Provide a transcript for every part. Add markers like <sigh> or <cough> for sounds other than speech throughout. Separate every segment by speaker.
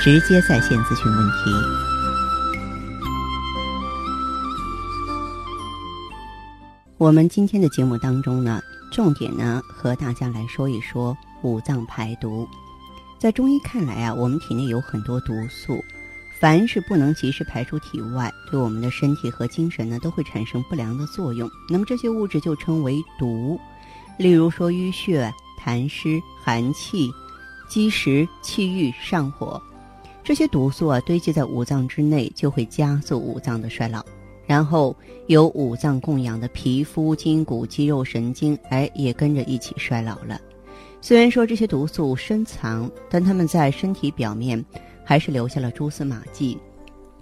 Speaker 1: 直接在线咨询问题。我们今天的节目当中呢，重点呢和大家来说一说五脏排毒。在中医看来啊，我们体内有很多毒素，凡是不能及时排出体外，对我们的身体和精神呢都会产生不良的作用。那么这些物质就称为毒，例如说淤血、痰湿、寒气、积食、气郁、上火，这些毒素啊堆积在五脏之内，就会加速五脏的衰老。然后由五脏供养的皮肤、筋骨、肌肉、神经，哎，也跟着一起衰老了。虽然说这些毒素深藏，但它们在身体表面还是留下了蛛丝马迹，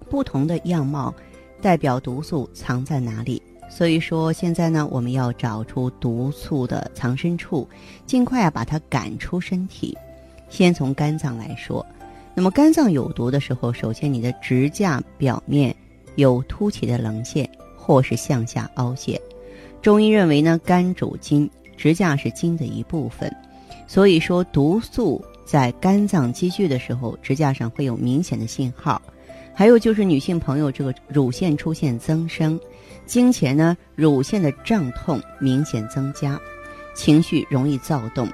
Speaker 1: 不同的样貌代表毒素藏在哪里。所以说，现在呢，我们要找出毒素的藏身处，尽快啊把它赶出身体。先从肝脏来说，那么肝脏有毒的时候，首先你的指甲表面有凸起的棱线或是向下凹陷。中医认为呢，肝主筋，指甲是筋的一部分，所以说毒素在肝脏积聚的时候，指甲上会有明显的信号。还有就是女性朋友这个乳腺出现增生，经前呢乳腺的胀痛明显增加，情绪容易躁动。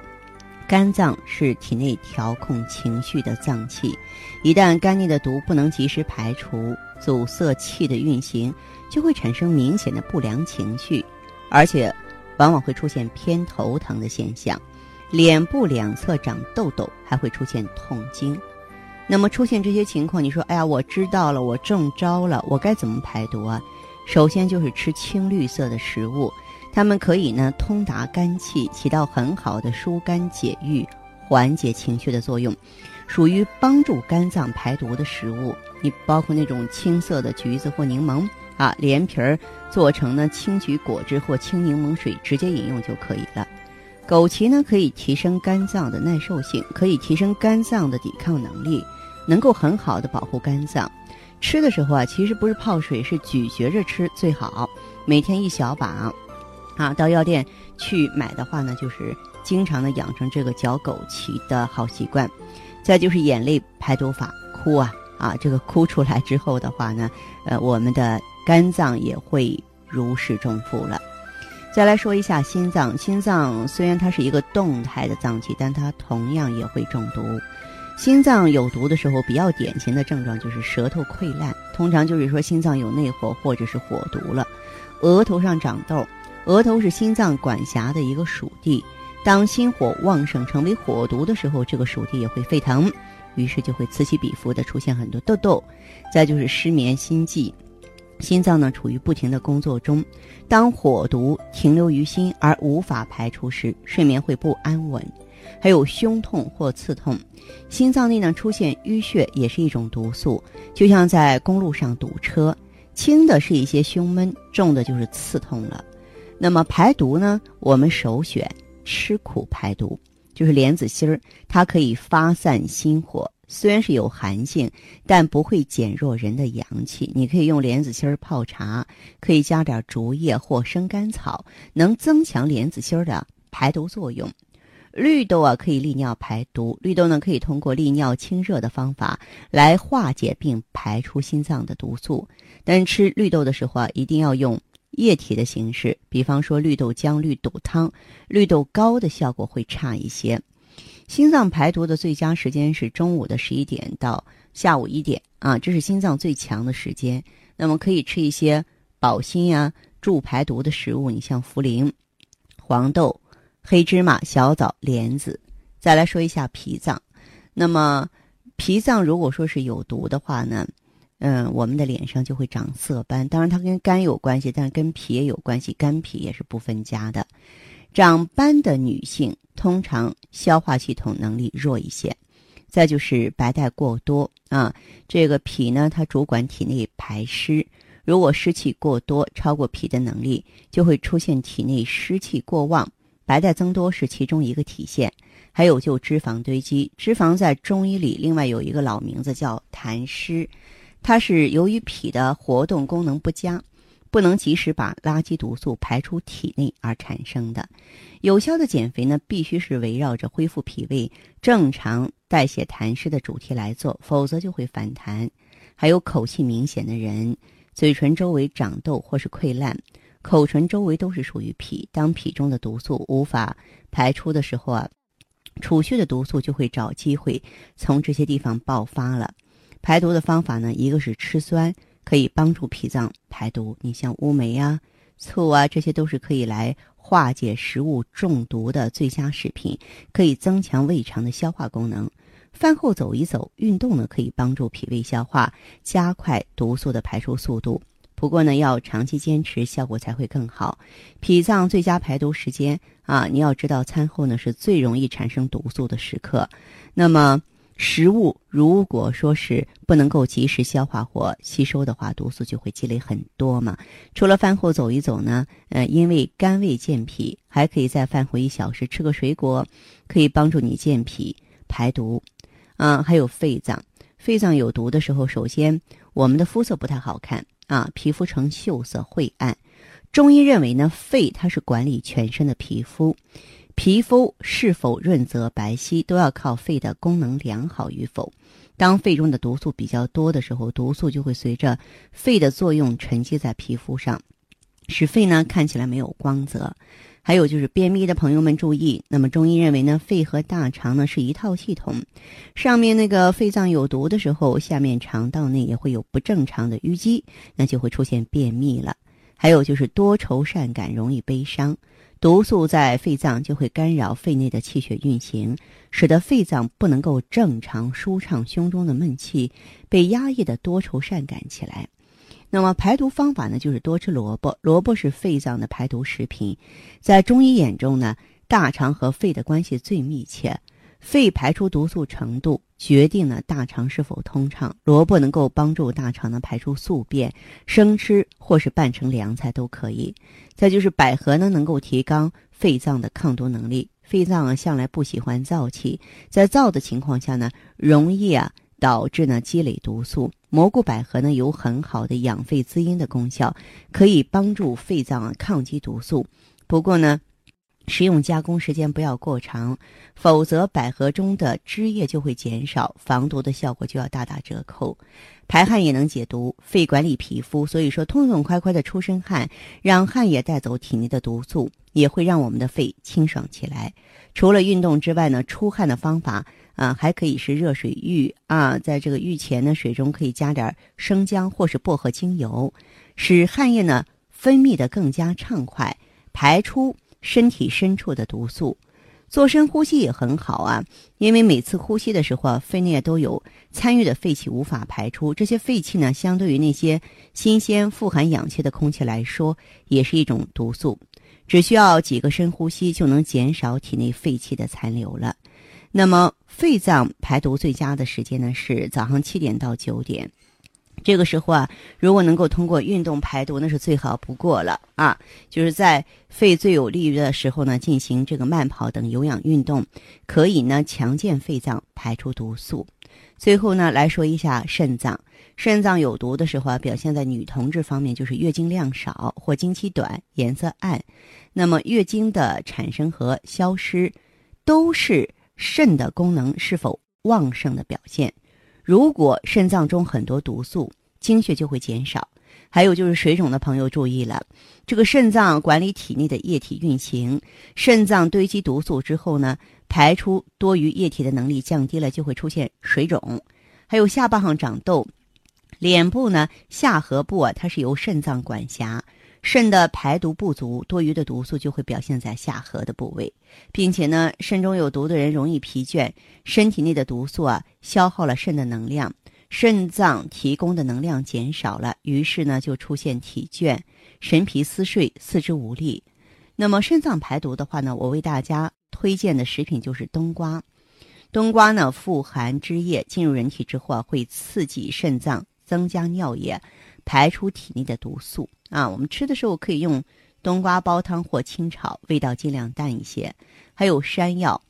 Speaker 1: 肝脏是体内调控情绪的脏器，一旦肝内的毒不能及时排除，阻塞气的运行，就会产生明显的不良情绪，而且往往会出现偏头疼的现象，脸部两侧长痘痘，还会出现痛经。那么出现这些情况，你说，哎呀，我知道了，我中招了，我该怎么排毒啊？首先就是吃青绿色的食物，它们可以呢通达肝气，起到很好的疏肝解郁、缓解情绪的作用，属于帮助肝脏排毒的食物。你包括那种青色的橘子或柠檬啊，连皮儿做成呢青橘果汁或青柠檬水，直接饮用就可以了。枸杞呢可以提升肝脏的耐受性，可以提升肝脏的抵抗能力，能够很好的保护肝脏。吃的时候啊，其实不是泡水，是咀嚼着吃最好。每天一小把，啊，到药店去买的话呢，就是经常的养成这个嚼枸杞的好习惯。再就是眼泪排毒法，哭啊啊，这个哭出来之后的话呢，呃，我们的肝脏也会如释重负了。再来说一下心脏，心脏虽然它是一个动态的脏器，但它同样也会中毒。心脏有毒的时候，比较典型的症状就是舌头溃烂，通常就是说心脏有内火或者是火毒了。额头上长痘，额头是心脏管辖的一个属地，当心火旺盛成为火毒的时候，这个属地也会沸腾，于是就会此起彼伏的出现很多痘痘。再就是失眠、心悸，心脏呢处于不停的工作中，当火毒停留于心而无法排出时，睡眠会不安稳，还有胸痛或刺痛。心脏内呢出现淤血也是一种毒素，就像在公路上堵车，轻的是一些胸闷，重的就是刺痛了。那么排毒呢，我们首选吃苦排毒，就是莲子心儿，它可以发散心火，虽然是有寒性，但不会减弱人的阳气。你可以用莲子心儿泡茶，可以加点竹叶或生甘草，能增强莲子心儿的排毒作用。绿豆啊，可以利尿排毒。绿豆呢，可以通过利尿清热的方法来化解并排出心脏的毒素。但吃绿豆的时候啊，一定要用液体的形式，比方说绿豆浆、绿豆汤、绿豆糕的效果会差一些。心脏排毒的最佳时间是中午的十一点到下午一点啊，这是心脏最强的时间。那么可以吃一些保心呀、助排毒的食物，你像茯苓、黄豆、黑芝麻、小枣、莲子。再来说一下脾脏，那么脾脏如果说是有毒的话呢，嗯，我们的脸上就会长色斑。当然，它跟肝有关系，但是跟脾也有关系，肝脾也是不分家的。长斑的女性通常消化系统能力弱一些，再就是白带过多啊，这个脾呢，它主管体内排湿，如果湿气过多，超过脾的能力，就会出现体内湿气过旺，白带增多是其中一个体现。还有就脂肪堆积，脂肪在中医里另外有一个老名字叫痰湿，它是由于脾的活动功能不佳。不能及时把垃圾毒素排出体内而产生的。有效的减肥呢，必须是围绕着恢复脾胃、正常代谢痰湿的主题来做，否则就会反弹。还有口气明显的人，嘴唇周围长痘或是溃烂，口唇周围都是属于脾。当脾中的毒素无法排出的时候啊，储蓄的毒素就会找机会从这些地方爆发了。排毒的方法呢，一个是吃酸。可以帮助脾脏排毒，你像乌梅啊、醋啊，这些都是可以来化解食物中毒的最佳食品，可以增强胃肠的消化功能。饭后走一走，运动呢可以帮助脾胃消化，加快毒素的排出速度。不过呢，要长期坚持，效果才会更好。脾脏最佳排毒时间啊，你要知道，餐后呢是最容易产生毒素的时刻。那么。食物如果说是不能够及时消化或吸收的话，毒素就会积累很多嘛。除了饭后走一走呢，呃，因为甘味健脾，还可以在饭后一小时吃个水果，可以帮助你健脾排毒。嗯，还有肺脏，肺脏有毒的时候，首先我们的肤色不太好看啊，皮肤呈锈色晦暗。中医认为呢，肺它是管理全身的皮肤。皮肤是否润泽白皙，都要靠肺的功能良好与否。当肺中的毒素比较多的时候，毒素就会随着肺的作用沉积在皮肤上，使肺呢看起来没有光泽。还有就是便秘的朋友们注意，那么中医认为呢，肺和大肠呢是一套系统，上面那个肺脏有毒的时候，下面肠道内也会有不正常的淤积，那就会出现便秘了。还有就是多愁善感，容易悲伤。毒素在肺脏就会干扰肺内的气血运行，使得肺脏不能够正常舒畅胸中的闷气，被压抑的多愁善感起来。那么排毒方法呢，就是多吃萝卜。萝卜是肺脏的排毒食品，在中医眼中呢，大肠和肺的关系最密切，肺排出毒素程度决定了大肠是否通畅。萝卜能够帮助大肠呢排出宿便，生吃或是拌成凉菜都可以。再就是百合呢，能够提高肺脏的抗毒能力。肺脏啊，向来不喜欢燥气，在燥的情况下呢，容易啊导致呢积累毒素。蘑菇百合呢，有很好的养肺滋阴的功效，可以帮助肺脏啊抗击毒素。不过呢，食用加工时间不要过长，哦否则百合中的汁液就会减少，防毒的效果就要大打折扣。排汗也能解毒，肺管理皮肤，所以说痛痛快快的出身汗，让汗液带走体内的毒素，也会让我们的肺清爽起来。除了运动之外呢，出汗的方法啊，还可以是热水浴啊，在这个浴前呢，水中可以加点生姜或是薄荷精油，使汗液呢分泌的更加畅快，排出。身体深处的毒素，做深呼吸也很好啊，因为每次呼吸的时候啊，肺内都有参与的废气无法排出。这些废气呢，相对于那些新鲜富含氧气的空气来说，也是一种毒素。只需要几个深呼吸，就能减少体内废气的残留了。那么，肺脏排毒最佳的时间呢，是早上七点到九点。这个时候啊，如果能够通过运动排毒，那是最好不过了啊！就是在肺最有利于的时候呢，进行这个慢跑等有氧运动，可以呢强健肺脏，排出毒素。最后呢，来说一下肾脏。肾脏有毒的时候啊，表现在女同志方面，就是月经量少或经期短、颜色暗。那么月经的产生和消失，都是肾的功能是否旺盛的表现。如果肾脏中很多毒素，经血就会减少。还有就是水肿的朋友注意了，这个肾脏管理体内的液体运行，肾脏堆积毒素之后呢，排出多余液体的能力降低了，就会出现水肿。还有下巴上长痘，脸部呢下颌部啊，它是由肾脏管辖，肾的排毒不足，多余的毒素就会表现在下颌的部位。并且呢，肾中有毒的人容易疲倦，身体内的毒素啊消耗了肾的能量，肾脏提供的能量减少了，于是呢就出现体倦、神疲思睡、四肢无力。那么肾脏排毒的话呢，我为大家推荐的食品就是冬瓜。冬瓜呢富含汁液，进入人体之后啊，会刺激肾脏增加尿液，排出体内的毒素啊。我们吃的时候可以用冬瓜煲汤或清炒，味道尽量淡一些。还有山药，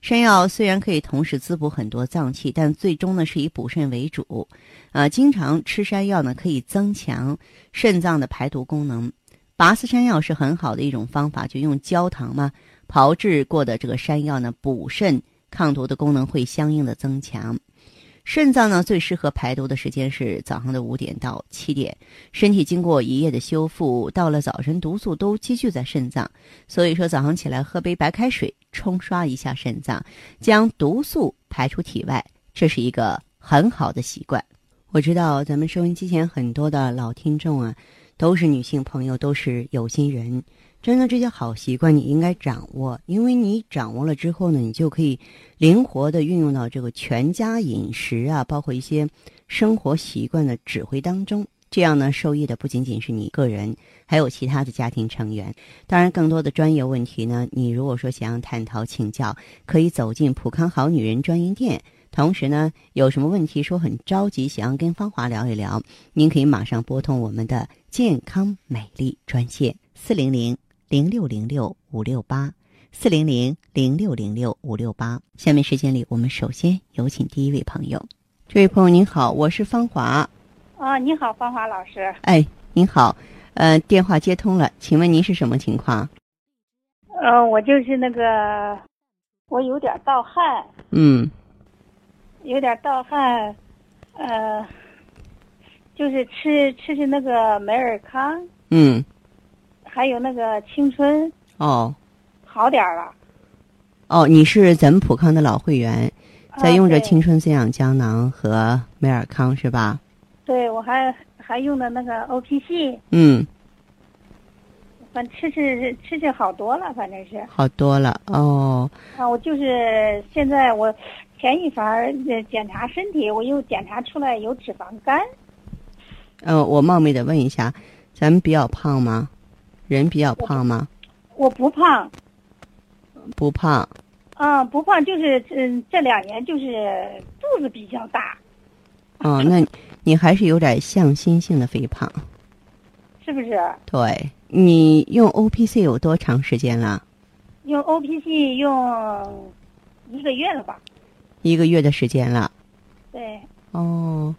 Speaker 1: 山药虽然可以同时滋补很多脏器，但最终呢是以补肾为主。啊，经常吃山药呢，可以增强肾脏的排毒功能。拔丝山药是很好的一种方法，就用焦糖嘛炮制过的这个山药呢，补肾。抗毒的功能会相应的增强。肾脏呢，最适合排毒的时间是早上的五点到七点。身体经过一夜的修复，到了早晨，毒素都积聚在肾脏，所以说早上起来喝杯白开水，冲刷一下肾脏，将毒素排出体外，这是一个很好的习惯。我知道咱们收音机前很多的老听众啊，都是女性朋友，都是有心人。真的，这些好习惯你应该掌握，因为你掌握了之后呢，你就可以灵活的运用到这个全家饮食啊，包括一些生活习惯的指挥当中。这样呢，受益的不仅仅是你个人，还有其他的家庭成员。当然，更多的专业问题呢，你如果说想要探讨请教，可以走进普康好女人专营店。同时呢，有什么问题说很着急，想要跟芳华聊一聊，您可以马上拨通我们的健康美丽专线四零零。零六零六五六八四零零零六零六五六八。下面时间里，我们首先有请第一位朋友。这位朋友您好，我是芳华。
Speaker 2: 啊，你好，芳华老师。
Speaker 1: 哎，您好，呃，电话接通了，请问您是什么情况？
Speaker 2: 呃，我就是那个，我有点盗汗，
Speaker 1: 嗯，
Speaker 2: 有点盗汗，呃，就是吃吃吃那个美尔康，
Speaker 1: 嗯，
Speaker 2: 还有那个青春，
Speaker 1: 哦
Speaker 2: 好点儿了。
Speaker 1: 哦，你是咱们普康的老会员，
Speaker 2: 啊
Speaker 1: 在用着
Speaker 2: 对
Speaker 1: 青春滋养胶囊和美尔康是吧？
Speaker 2: 对，我还还用的那个 O P C，
Speaker 1: 嗯，
Speaker 2: 反正吃吃吃吃好多了，反正是
Speaker 1: 好多了哦。
Speaker 2: 啊，我就是现在我前一番儿呃检查身体，我又检查出来有脂肪肝，
Speaker 1: 呃，我冒昧的问一下，咱们比较胖吗？人比较胖吗？
Speaker 2: 我不胖，
Speaker 1: 不胖
Speaker 2: 啊，不胖就是嗯，这两年就是肚子比较大，
Speaker 1: 哦，那你还是有点向心性的肥胖。
Speaker 2: 是不是？
Speaker 1: 对你用 O P C 有多长时间了？
Speaker 2: 用 O P C 用一个月了吧？
Speaker 1: 一个月的时间了。
Speaker 2: 对，
Speaker 1: 哦，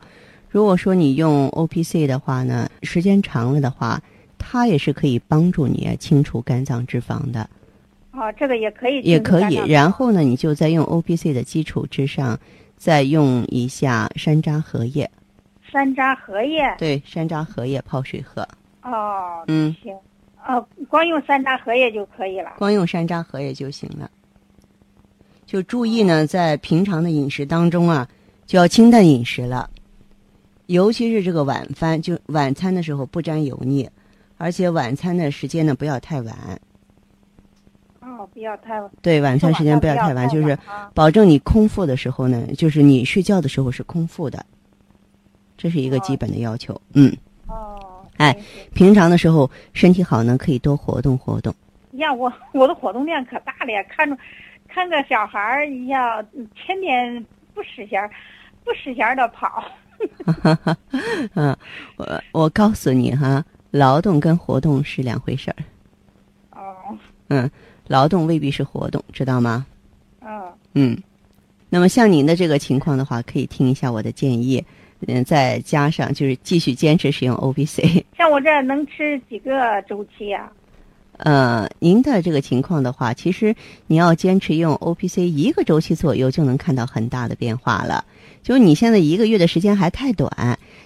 Speaker 1: 如果说你用 O P C 的话呢，时间长了的话，它也是可以帮助你啊清除肝脏脂肪的，
Speaker 2: 啊，这个也可以，
Speaker 1: 也可以。
Speaker 2: 呀。
Speaker 1: 然后呢，你就在用 O P C 的基础之上，再用一下山楂荷叶。
Speaker 2: 山楂荷叶
Speaker 1: 对，山楂荷叶泡水喝。
Speaker 2: 哦，
Speaker 1: 嗯，
Speaker 2: 行，啊，光用山楂荷叶就可以了。
Speaker 1: 光用山楂荷叶就行了。就注意呢，在平常的饮食当中啊，就要清淡饮食了，尤其是这个晚饭，就晚餐的时候不沾油腻，而且晚餐的时间呢不要太晚。
Speaker 2: 哦，不要太晚，
Speaker 1: 对，晚餐时间不要太晚，
Speaker 2: 晚
Speaker 1: 就是
Speaker 2: 啊，
Speaker 1: 保证你空腹的时候呢，就是你睡觉的时候是空腹的，这是一个基本的要求。嗯，
Speaker 2: 哦，
Speaker 1: 哎
Speaker 2: 行，行
Speaker 1: 平常的时候身体好呢，可以多活动活动。
Speaker 2: 呀，我我的活动量可大了呀，看着看个小孩儿一样，天天不使闲儿，不使闲的跑。
Speaker 1: 嗯，我我告诉你哈，劳动跟活动是两回事儿。
Speaker 2: 哦，
Speaker 1: 劳动未必是活动，知道吗？
Speaker 2: 嗯，
Speaker 1: 嗯。那么像您的这个情况的话，可以听一下我的建议，嗯，再加上就是继续坚持使用 O B C。
Speaker 2: 像我这能吃几个周期啊呀、
Speaker 1: 呃，您的这个情况的话，其实你要坚持用 O P C 一个周期左右，就能看到很大的变化了。就是你现在一个月的时间还太短，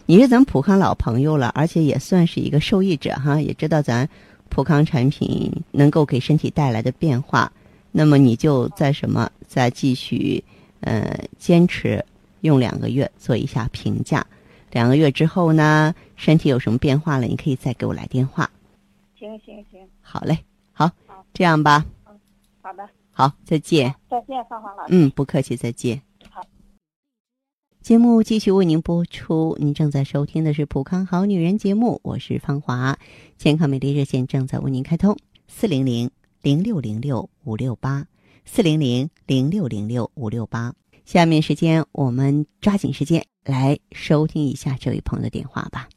Speaker 1: 你是咱们普康老朋友了，而且也算是一个受益者哈，也知道咱普康产品能够给身体带来的变化。那么你就再什么再继续呃坚持用两个月做一下评价，两个月之后呢，身体有什么变化了，你可以再给我来电话。
Speaker 2: 行行行，
Speaker 1: 好嘞，好
Speaker 2: 好，
Speaker 1: 这样吧，
Speaker 2: 好的，
Speaker 1: 好，再见。
Speaker 2: 再见，芳华老师。
Speaker 1: 嗯，不客气，再见
Speaker 2: 好。
Speaker 1: 节目继续为您播出，您正在收听的是《普康好女人》节目，我是芳华，健康美丽热线正在为您开通，四零零零六零六五六八，四零零零六零六五六八。下面时间我们抓紧时间来收听一下这位朋友的电话吧。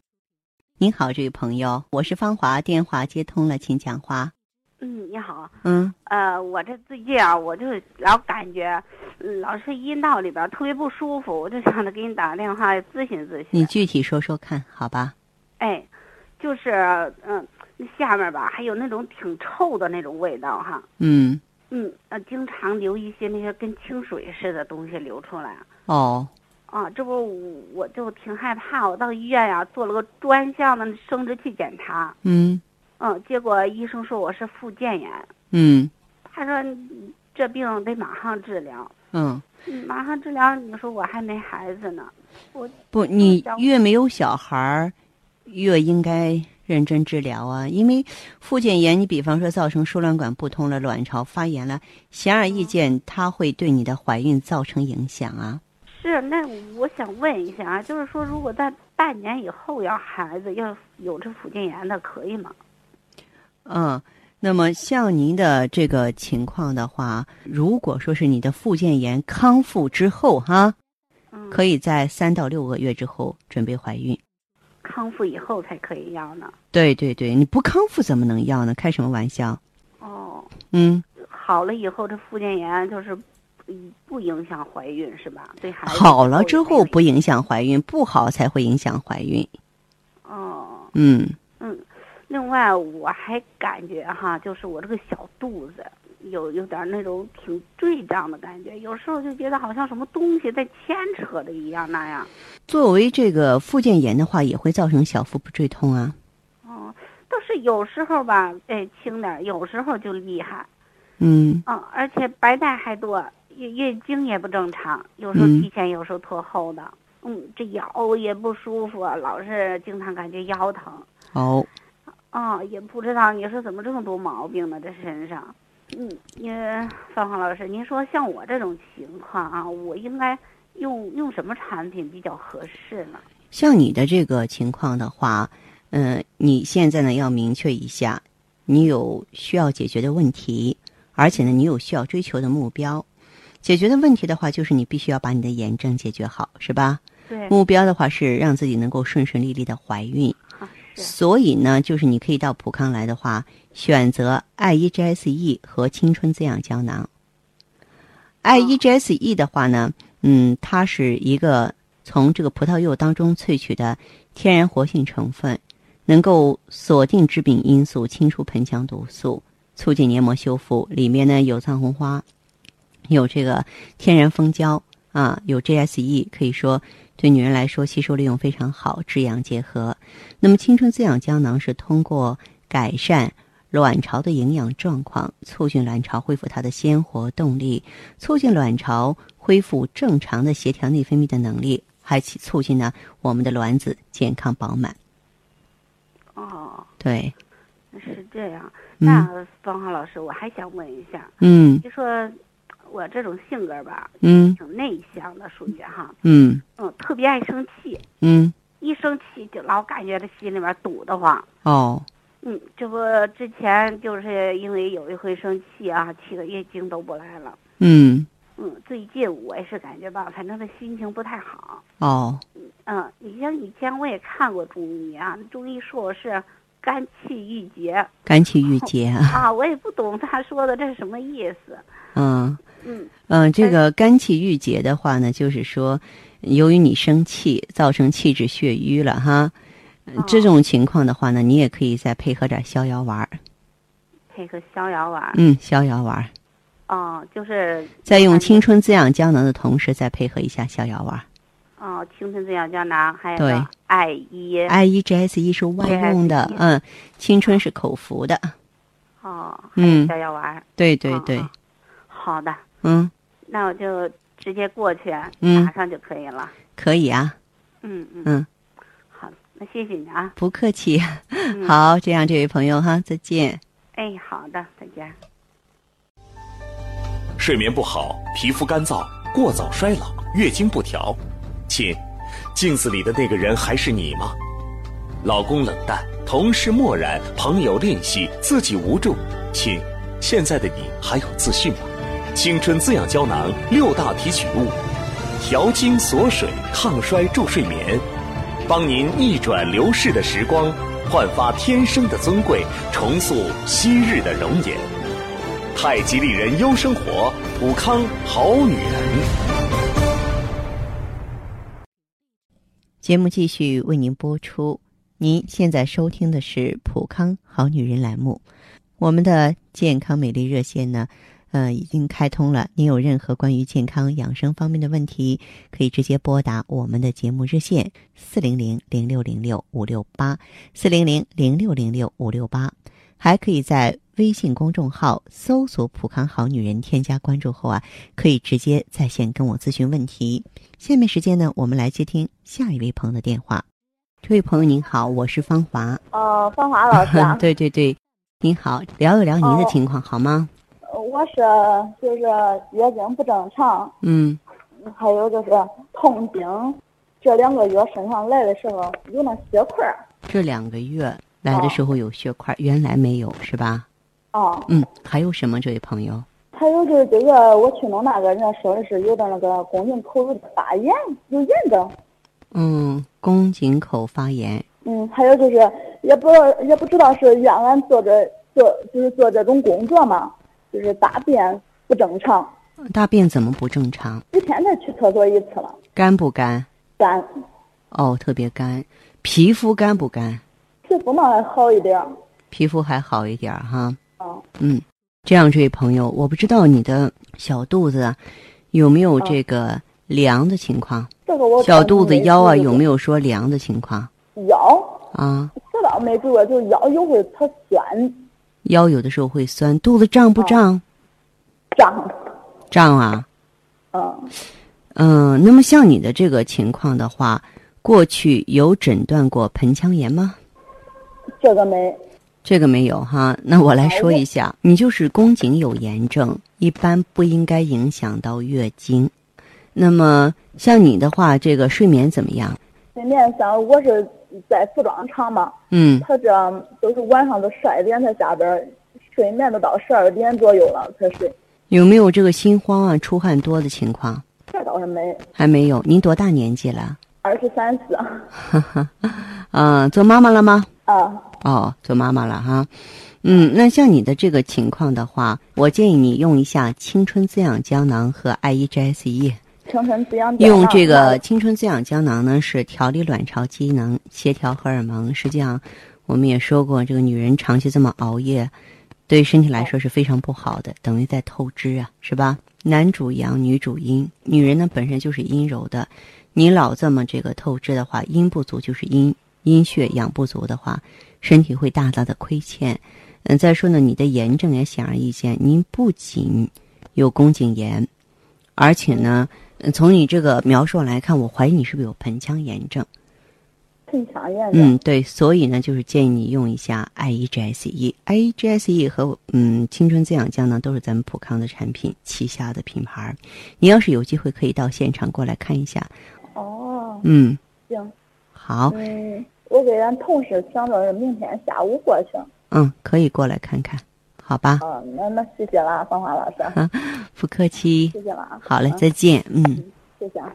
Speaker 1: 您好，这位朋友，我是芳华，电话接通了，请讲话。
Speaker 2: 嗯，你好，
Speaker 1: 嗯，
Speaker 2: 呃，我这最近啊，我就老感觉，嗯老是阴道里边儿特别不舒服，我就想着给你打个电话咨询咨
Speaker 1: 你
Speaker 2: 询。
Speaker 1: 具体说说看，好吧？
Speaker 2: 哎，就是嗯，下面吧还有那种挺臭的那种味道哈，
Speaker 1: 嗯，
Speaker 2: 嗯，呃，经常流一些那些跟清水似的东西流出来。
Speaker 1: 哦，
Speaker 2: 啊，这不我我就挺害怕，我到医院呀、做了个专项的生殖器检查，
Speaker 1: 嗯
Speaker 2: 嗯，结果医生说我是附件炎，
Speaker 1: 嗯
Speaker 2: 他说你这病得马上治疗，
Speaker 1: 嗯，
Speaker 2: 嗯马上治疗，你说我还没孩子呢，
Speaker 1: 不，你
Speaker 2: 小
Speaker 1: 越没有小孩儿，越应该认真治疗啊。因为附件炎，你比方说造成输卵管不通了、卵巢发炎了，显而易见，它会对你的怀孕造成影响啊。
Speaker 2: 是那我想问一下啊，就是说如果在半年以后要孩子，要有这附件炎的可以吗？
Speaker 1: 嗯，那么像您的这个情况的话，如果说是你的附件炎康复之后哈，
Speaker 2: 嗯，
Speaker 1: 可以在三到六个月之后准备怀孕。
Speaker 2: 康复以后才可以要呢。
Speaker 1: 对对对，你不康复怎么能要呢？开什么玩笑？
Speaker 2: 哦，
Speaker 1: 嗯，
Speaker 2: 好了以后这附件炎就是嗯不影响怀孕是吧？对孩子
Speaker 1: 好了之后
Speaker 2: 也没
Speaker 1: 不影响怀孕，不好才会影响怀孕。
Speaker 2: 有哦，
Speaker 1: 嗯
Speaker 2: 嗯。另外，我还感觉哈，就是我这个小肚子有有点那种挺坠胀的感觉，有时候就觉得好像什么东西在牵扯着一样那样。
Speaker 1: 作为这个附件炎的话，也会造成小腹部坠痛啊。
Speaker 2: 哦，倒是有时候吧，哎，轻点儿，有时候就厉害。
Speaker 1: 嗯
Speaker 2: 嗯，而且白带还多，月月经也不正常，有时候
Speaker 1: 嗯
Speaker 2: 提前，有时候拖后的。嗯，这腰也不舒服，老是经常感觉腰疼。
Speaker 1: 哦，
Speaker 2: 啊、也不知道你说怎么这么多毛病呢？这身上，嗯，呃，范华老师，您说像我这种情况啊，我应该用用什么产品比较合适呢？
Speaker 1: 像你的这个情况的话，嗯、你现在呢要明确一下，你有需要解决的问题，而且呢你有需要追求的目标。解决的问题的话，就是你必须要把你的炎症解决好，是吧？
Speaker 2: 对，
Speaker 1: 目标的话是让自己能够顺顺利利的怀孕。
Speaker 2: 啊是，
Speaker 1: 所以呢，就是你可以到普康来的话，选择 I E G S E 和青春滋养胶囊。I E G S E 的话呢，嗯，它是一个从这个葡萄柚当中萃取的天然活性成分，能够锁定致病因素，清除盆腔毒素，促进黏膜修复。里面呢有藏红花，有这个天然蜂胶啊，有 GSE，可以说对女人来说吸收利用非常好，治养结合。那么青春滋养胶囊是通过改善卵巢的营养状况，促进卵巢恢复它的鲜活动力，促进卵巢恢复正常的协调内分泌的能力，还起促进呢我们的卵子健康饱满。
Speaker 2: 哦，
Speaker 1: 对，
Speaker 2: 是这样。
Speaker 1: 嗯
Speaker 2: 那方华老师，我还想问一下，
Speaker 1: 嗯
Speaker 2: 就说我这种性格吧，
Speaker 1: 嗯
Speaker 2: 挺内向的，属于哈，
Speaker 1: 嗯
Speaker 2: 嗯，特别爱生气，
Speaker 1: 嗯，
Speaker 2: 一生气就老感觉这心里边堵得慌。
Speaker 1: 哦，
Speaker 2: 嗯，这不之前就是因为有一回生气啊，气得月经都不来了。
Speaker 1: 嗯
Speaker 2: 嗯，最近我也是感觉到，反正他心情不太好。
Speaker 1: 哦，
Speaker 2: 嗯，你像以前我也看过中医啊，中医说我是肝气郁结
Speaker 1: 肝气郁结啊， <laughs>
Speaker 2: 啊，我也不懂他说的这是什么意思。
Speaker 1: 嗯。
Speaker 2: 嗯，
Speaker 1: 嗯，这
Speaker 2: 但
Speaker 1: 个肝气郁结的话呢，就是说，由于你生气造成气滞血瘀了哈，呃这
Speaker 2: 哦
Speaker 1: 种情况的话呢，你也可以再配合点逍遥丸儿，
Speaker 2: 配合逍遥丸儿
Speaker 1: 嗯，逍遥丸儿，
Speaker 2: 哦，就是
Speaker 1: 嗯在用
Speaker 2: 感觉
Speaker 1: 青春滋养胶囊的同时，再配合一下逍遥丸儿。
Speaker 2: 哦，青春滋养胶囊，还有
Speaker 1: 对
Speaker 2: 个艾依
Speaker 1: I E G S E 是外用的
Speaker 2: GSE，
Speaker 1: 嗯，青春是口服的，
Speaker 2: 哦，
Speaker 1: 嗯，
Speaker 2: 逍遥丸儿。
Speaker 1: 对对
Speaker 2: 哦
Speaker 1: 对，
Speaker 2: 哦好的，
Speaker 1: 嗯，
Speaker 2: 那我就直接过去，
Speaker 1: 嗯
Speaker 2: 马上就可以了。
Speaker 1: 可以啊，
Speaker 2: 嗯嗯
Speaker 1: 嗯，
Speaker 2: 好，那谢谢你啊。
Speaker 1: 不客气。 <laughs>
Speaker 2: 嗯
Speaker 1: 好，这样这位朋友哈，再见。
Speaker 2: 哎，好的，再见。
Speaker 3: 睡眠不好、皮肤干燥、过早衰老、月经不调，亲，镜子里的那个人还是你吗？老公冷淡，同事漠然，朋友吝惜，自己无助，亲，现在的你还有自信吗？青春滋养胶囊六大提取物，调经锁水、抗衰助睡眠，帮您逆转流逝的时光，焕发天生的尊贵，重塑昔日的容颜。太极丽人优生活，普康好女人。
Speaker 1: 节目继续为您播出。您现在收听的是《普康好女人》栏目，我们的健康美丽热线呢，呃，已经开通了。您有任何关于健康养生方面的问题，可以直接拨打我们的节目热线四零零零六零六五六八四零零零六零六五六八，还可以在微信公众号搜索“普康好女人”，添加关注后啊，可以直接在线跟我咨询问题。下面时间呢，我们来接听下一位朋友的电话。这位朋友您好，我是芳华。嗯
Speaker 4: 哦，芳华老师
Speaker 1: <laughs>
Speaker 4: 啊，
Speaker 1: 对对对，您好，聊一聊您的情况、好吗？
Speaker 4: 呃我是就是月经不正常，
Speaker 1: 嗯
Speaker 4: 还有就是痛经，这两个月身上来的时候有那血块儿
Speaker 1: 这两个月来的时候有血块，原来没有是吧？
Speaker 4: 啊，
Speaker 1: 嗯，还有什么？这位朋友，
Speaker 4: 还有就是这个我去弄那个人家说的是有的那个宫颈口有点发炎，有炎症，
Speaker 1: 嗯，宫颈口发炎，
Speaker 4: 嗯，还有就是也不也不知道是原来做这做就是做这种工作嘛，就是大便不正常，
Speaker 1: 大便怎么不正常？
Speaker 4: 一天才去厕所一次了，
Speaker 1: 干不干？
Speaker 4: 干
Speaker 1: 哦，特别干，皮肤干不干？
Speaker 4: 皮肤嘛还好一点儿，
Speaker 1: 皮肤还好一点儿哈。
Speaker 4: 啊。
Speaker 1: 嗯，这样，这位朋友，我不知道你的小肚子啊有没有这个凉的情况，
Speaker 4: 这个我
Speaker 1: 小肚子腰啊有没
Speaker 4: 有
Speaker 1: 有说凉的情况
Speaker 4: 腰？
Speaker 1: 啊？
Speaker 4: 这倒没注意，就是腰有会儿它酸
Speaker 1: 腰有的时候会酸，肚子胀不胀？
Speaker 4: 胀，
Speaker 1: 胀啊，
Speaker 4: 嗯，
Speaker 1: 嗯，那么像你的这个情况的话，过去有诊断过盆腔炎吗？
Speaker 4: 这个没
Speaker 1: 这个没有哈，那我来说一下，你就是宫颈有炎症，一般不应该影响到月经。那么像你的话，这个睡眠怎么样？
Speaker 4: 那面上我是在服装厂嘛，
Speaker 1: 嗯，
Speaker 4: 他这都是晚上都十二点才下班，睡眠都到十二点左右了才睡，
Speaker 1: 有没有这个心慌啊、出汗多的情况？
Speaker 4: 这倒是没。
Speaker 1: 还没有。您多大年纪了？
Speaker 4: 二十三四
Speaker 1: 嗯、做妈妈了吗？
Speaker 4: 啊， <laughs>
Speaker 1: 哦，做妈妈了哈。嗯，那像你的这个情况的话，我建议你用一下青春滋养胶囊和 I E G S 液。
Speaker 4: 青春滋养胶囊
Speaker 1: 用这
Speaker 4: <laughs>
Speaker 1: 个青春滋养胶囊呢，是调理卵巢机能，协调荷尔蒙。实际上，我们也说过，这个女人长期这么熬夜，对身体来说是非常不好的，等于在透支啊，是吧？男主阳，女主阴，女人呢本身就是阴柔的，你老这么这个透支的话，阴不足就是阴阴血养不足的话，身体会大大的亏欠。嗯，再说呢，你的炎症也显而易见，您不仅有宫颈炎，而且呢，呃从你这个描述来看，我怀疑你是不是有盆腔炎症？
Speaker 4: 盆腔炎的，
Speaker 1: 嗯，对，所以呢，就是建议你用一下 IEGSE。IEGSE 和嗯青春滋养胶囊都是咱们普康的产品旗下的品牌儿。你要是有机会，可以到现场过来看一下。
Speaker 4: 哦，
Speaker 1: 嗯，
Speaker 4: 行，
Speaker 1: 好，
Speaker 4: 嗯，我给俺同事想着是明天下午过去，
Speaker 1: 嗯，可以过来看看，好吧？
Speaker 4: 啊，那那谢谢啦，芳华老师，
Speaker 1: 不客气。
Speaker 4: 谢谢了啊，
Speaker 1: 好嘞，
Speaker 4: 嗯
Speaker 1: 再见。嗯。
Speaker 4: 谢谢啊。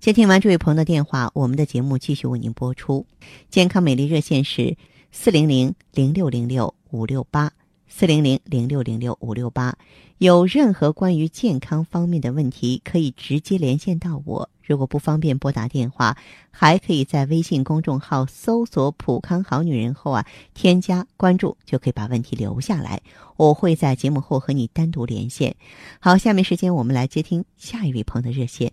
Speaker 1: 接听完这位朋友的电话，我们的节目继续为您播出。健康美丽热线是四零零零六零六五六八四零零零六零六五六八。有任何关于健康方面的问题，可以直接连线到我。如果不方便拨打电话，还可以在微信公众号搜索“普康好女人”后啊，添加关注就可以把问题留下来，我会在节目后和你单独连线。好，下面时间我们来接听下一位朋友的热线。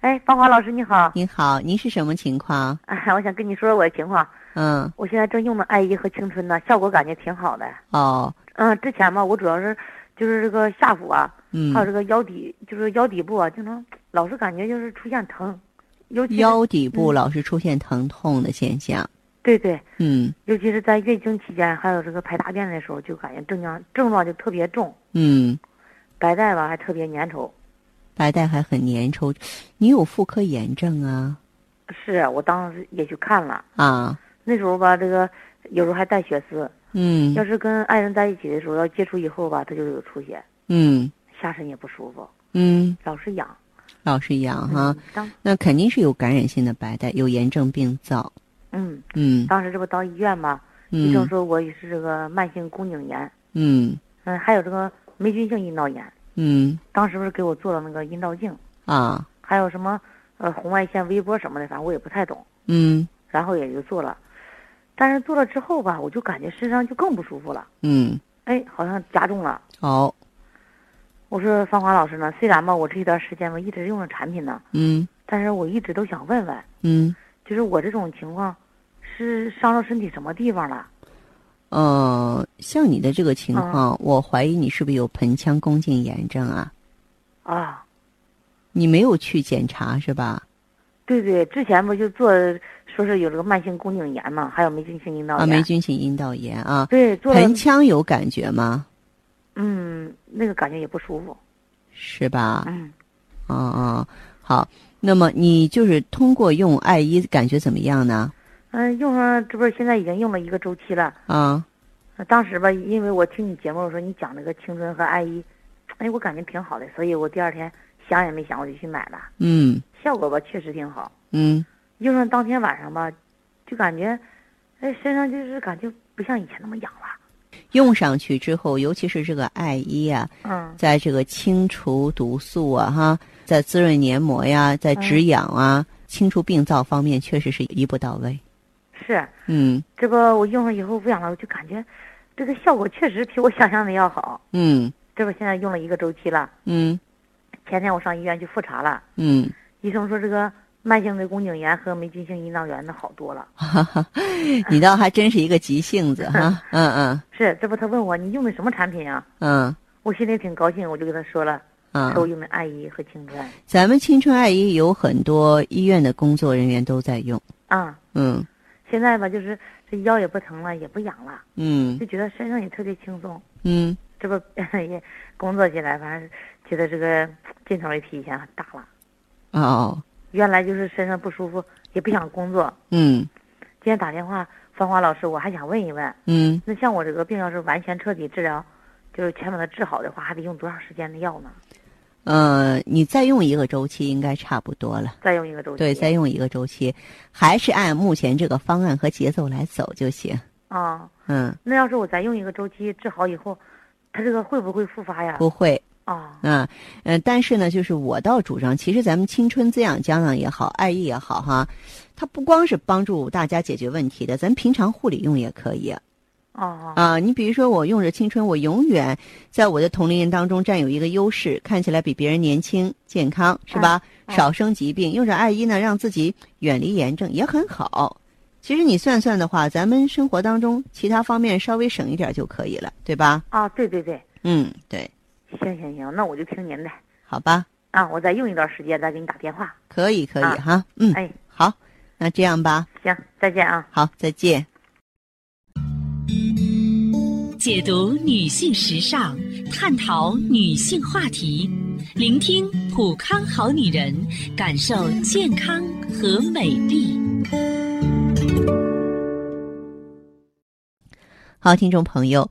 Speaker 2: 哎，芳华老师你好， <laughs>
Speaker 1: 您好，您是什么情况？
Speaker 2: 哎，我想跟你说说我的情况。
Speaker 1: 嗯，
Speaker 2: 我现在正用的爱伊和青春呢，效果感觉挺好的。
Speaker 1: 哦，
Speaker 2: 嗯，之前吧，我主要是就是这个下腹啊，还有
Speaker 1: 嗯，
Speaker 2: 这个腰底，就是腰底部啊，经常老是感觉就是出现疼，尤其是
Speaker 1: 腰底部
Speaker 5: 嗯
Speaker 1: 老是出现疼痛的现象。
Speaker 2: 对对，
Speaker 1: 嗯
Speaker 2: 尤其是在月经期间，还有这个排大便的时候，就感觉症状症状就特别重，
Speaker 1: 嗯，
Speaker 2: 白带吧还特别粘稠。
Speaker 1: 白带还很粘稠，你有妇科炎症啊？
Speaker 2: 是我当时也去看了，
Speaker 1: 啊，
Speaker 2: 那时候吧，这个有时候还带血丝，
Speaker 1: 嗯
Speaker 2: 要，是跟爱人在一起的时候，要接触以后吧，他就有出血。
Speaker 1: 嗯
Speaker 5: 下身也不舒服，
Speaker 1: 嗯，
Speaker 5: 老是痒。
Speaker 1: 老是痒啊哈
Speaker 5: 嗯，，当
Speaker 1: 那肯定是有感染性的白带，有炎症病灶。
Speaker 5: 嗯，
Speaker 1: 嗯
Speaker 5: 当时这不到医院吗？医生
Speaker 1: 嗯
Speaker 5: 说我是这个慢性宫颈炎，
Speaker 1: 嗯
Speaker 5: 嗯，还有这个霉菌性阴道炎。
Speaker 1: 嗯
Speaker 5: 当时不是给我做了那个阴道镜，
Speaker 1: 啊
Speaker 5: 还有什么呃红外线微波什么的，反正我也不太懂，
Speaker 1: 嗯
Speaker 5: 然后也就做了。但是做了之后吧，我就感觉身上就更不舒服了，
Speaker 1: 嗯，
Speaker 5: 哎，好像加重了。
Speaker 1: 好，
Speaker 5: 我说芳华老师呢，虽然吧，我这一段时间吧一直用着产品呢，
Speaker 1: 嗯
Speaker 5: 但是我一直都想问问，
Speaker 1: 嗯。
Speaker 5: 就是我这种情况是伤到身体什么地方了？
Speaker 1: 呃，像你的这个情况，
Speaker 5: 嗯
Speaker 1: 我怀疑你是不是有盆腔宫颈炎症啊？
Speaker 5: 啊，
Speaker 1: 你没有去检查是吧？
Speaker 5: 对对，之前不就做说是有这个慢性宫颈炎嘛，还有霉菌性阴道
Speaker 1: 啊，
Speaker 5: 炎。
Speaker 1: 霉菌性阴道炎啊，
Speaker 5: 对，做了
Speaker 1: 盆腔有感觉吗？
Speaker 5: 嗯，那个感觉也不舒服。
Speaker 1: 是吧？
Speaker 5: 嗯，
Speaker 1: 啊啊，好，那么你就是通过用艾依感觉怎么样呢？
Speaker 5: 嗯，用上这不是现在已经用了一个周期了。
Speaker 1: 啊，
Speaker 5: 呃当时吧，因为我听你节目的时候，你讲那个青春和爱依，哎，我感觉挺好的，所以我第二天想也没想，我就去买了。
Speaker 1: 嗯
Speaker 5: 效果吧，确实挺好。
Speaker 1: 嗯
Speaker 5: 用上当天晚上吧，就感觉，哎，身上就是感觉不像以前那么痒了。
Speaker 1: 用上去之后，尤其是这个艾依啊，
Speaker 5: 嗯
Speaker 1: 在这个清除毒素啊，哈，在滋润黏膜呀，在止痒啊、清除病灶方面，确实是一步到位。，
Speaker 5: 是，
Speaker 1: 嗯。
Speaker 5: 这不我用上以后不痒了，我就感觉，这个效果确实比我想象的要好。
Speaker 1: 嗯
Speaker 5: 这不现在用了一个周期了，
Speaker 1: 嗯
Speaker 5: 前天我上医院去复查了，
Speaker 1: 嗯，
Speaker 5: 医生说这个慢性的宫颈炎和霉菌性阴道炎的好多了。
Speaker 1: 你倒还真是一个急性子哈，嗯嗯
Speaker 5: 是，这不他问我你用的什么产品啊？
Speaker 1: 嗯
Speaker 5: 我心里挺高兴，我就跟他说了，说我
Speaker 1: 嗯，
Speaker 5: 用的爱依和青春。
Speaker 1: 咱们青春爱医有很多医院的工作人员都在用，
Speaker 5: 啊、
Speaker 1: 嗯
Speaker 5: 现在吧就是这腰也不疼了，也不痒了，
Speaker 1: 嗯
Speaker 5: 就觉得身上也特别轻松。
Speaker 1: 嗯
Speaker 5: 这不 <laughs> 也工作起来，反正觉得这个劲头也比以前很大了。
Speaker 1: 哦
Speaker 5: 原来就是身上不舒服，也不想工作。
Speaker 1: 嗯
Speaker 5: 今天打电话，芳华老师，我还想问一问，
Speaker 1: 嗯，
Speaker 5: 那像我这个病要是完全彻底治疗，就是全把它治好的话，还得用多长时间的药呢？
Speaker 1: 呃，你再用一个周期应该差不多了，
Speaker 5: 再用一个周期？
Speaker 1: 对，再用一个周期，还是按目前这个方案和节奏来走就行，
Speaker 5: 啊、
Speaker 1: 嗯，
Speaker 5: 那要是我再用一个周期治好以后，它这个会不会复发呀？
Speaker 1: 不会。
Speaker 5: 啊、
Speaker 1: 嗯嗯，但是呢，就是我倒主张，其实咱们青春滋养胶囊也好，爱意也好，哈，它不光是帮助大家解决问题的，咱平常护理用也可以啊、
Speaker 5: 哦
Speaker 1: 啊你比如说，我用着青春，我永远在我的同龄人当中占有一个优势，看起来比别人年轻、健康，是吧？
Speaker 5: 嗯
Speaker 1: 少生疾病，用着爱意呢，让自己远离炎症也很好。其实你算算的话，咱们生活当中其他方面稍微省一点就可以了，对吧？
Speaker 5: 啊，对对对，
Speaker 1: 嗯，对，
Speaker 5: 行行行，那我就听您的
Speaker 1: 好吧，
Speaker 5: 啊，我再用一段时间再给你打电话。
Speaker 1: 可以，可以、
Speaker 5: 啊
Speaker 1: 哈，嗯，
Speaker 5: 哎，
Speaker 1: 好，那这样吧，
Speaker 5: 行，再见啊。
Speaker 1: 好，再见。
Speaker 6: 解读女性时尚，探讨女性话题，聆听普康好女人，感受健康和美丽。
Speaker 1: 好，听众朋友，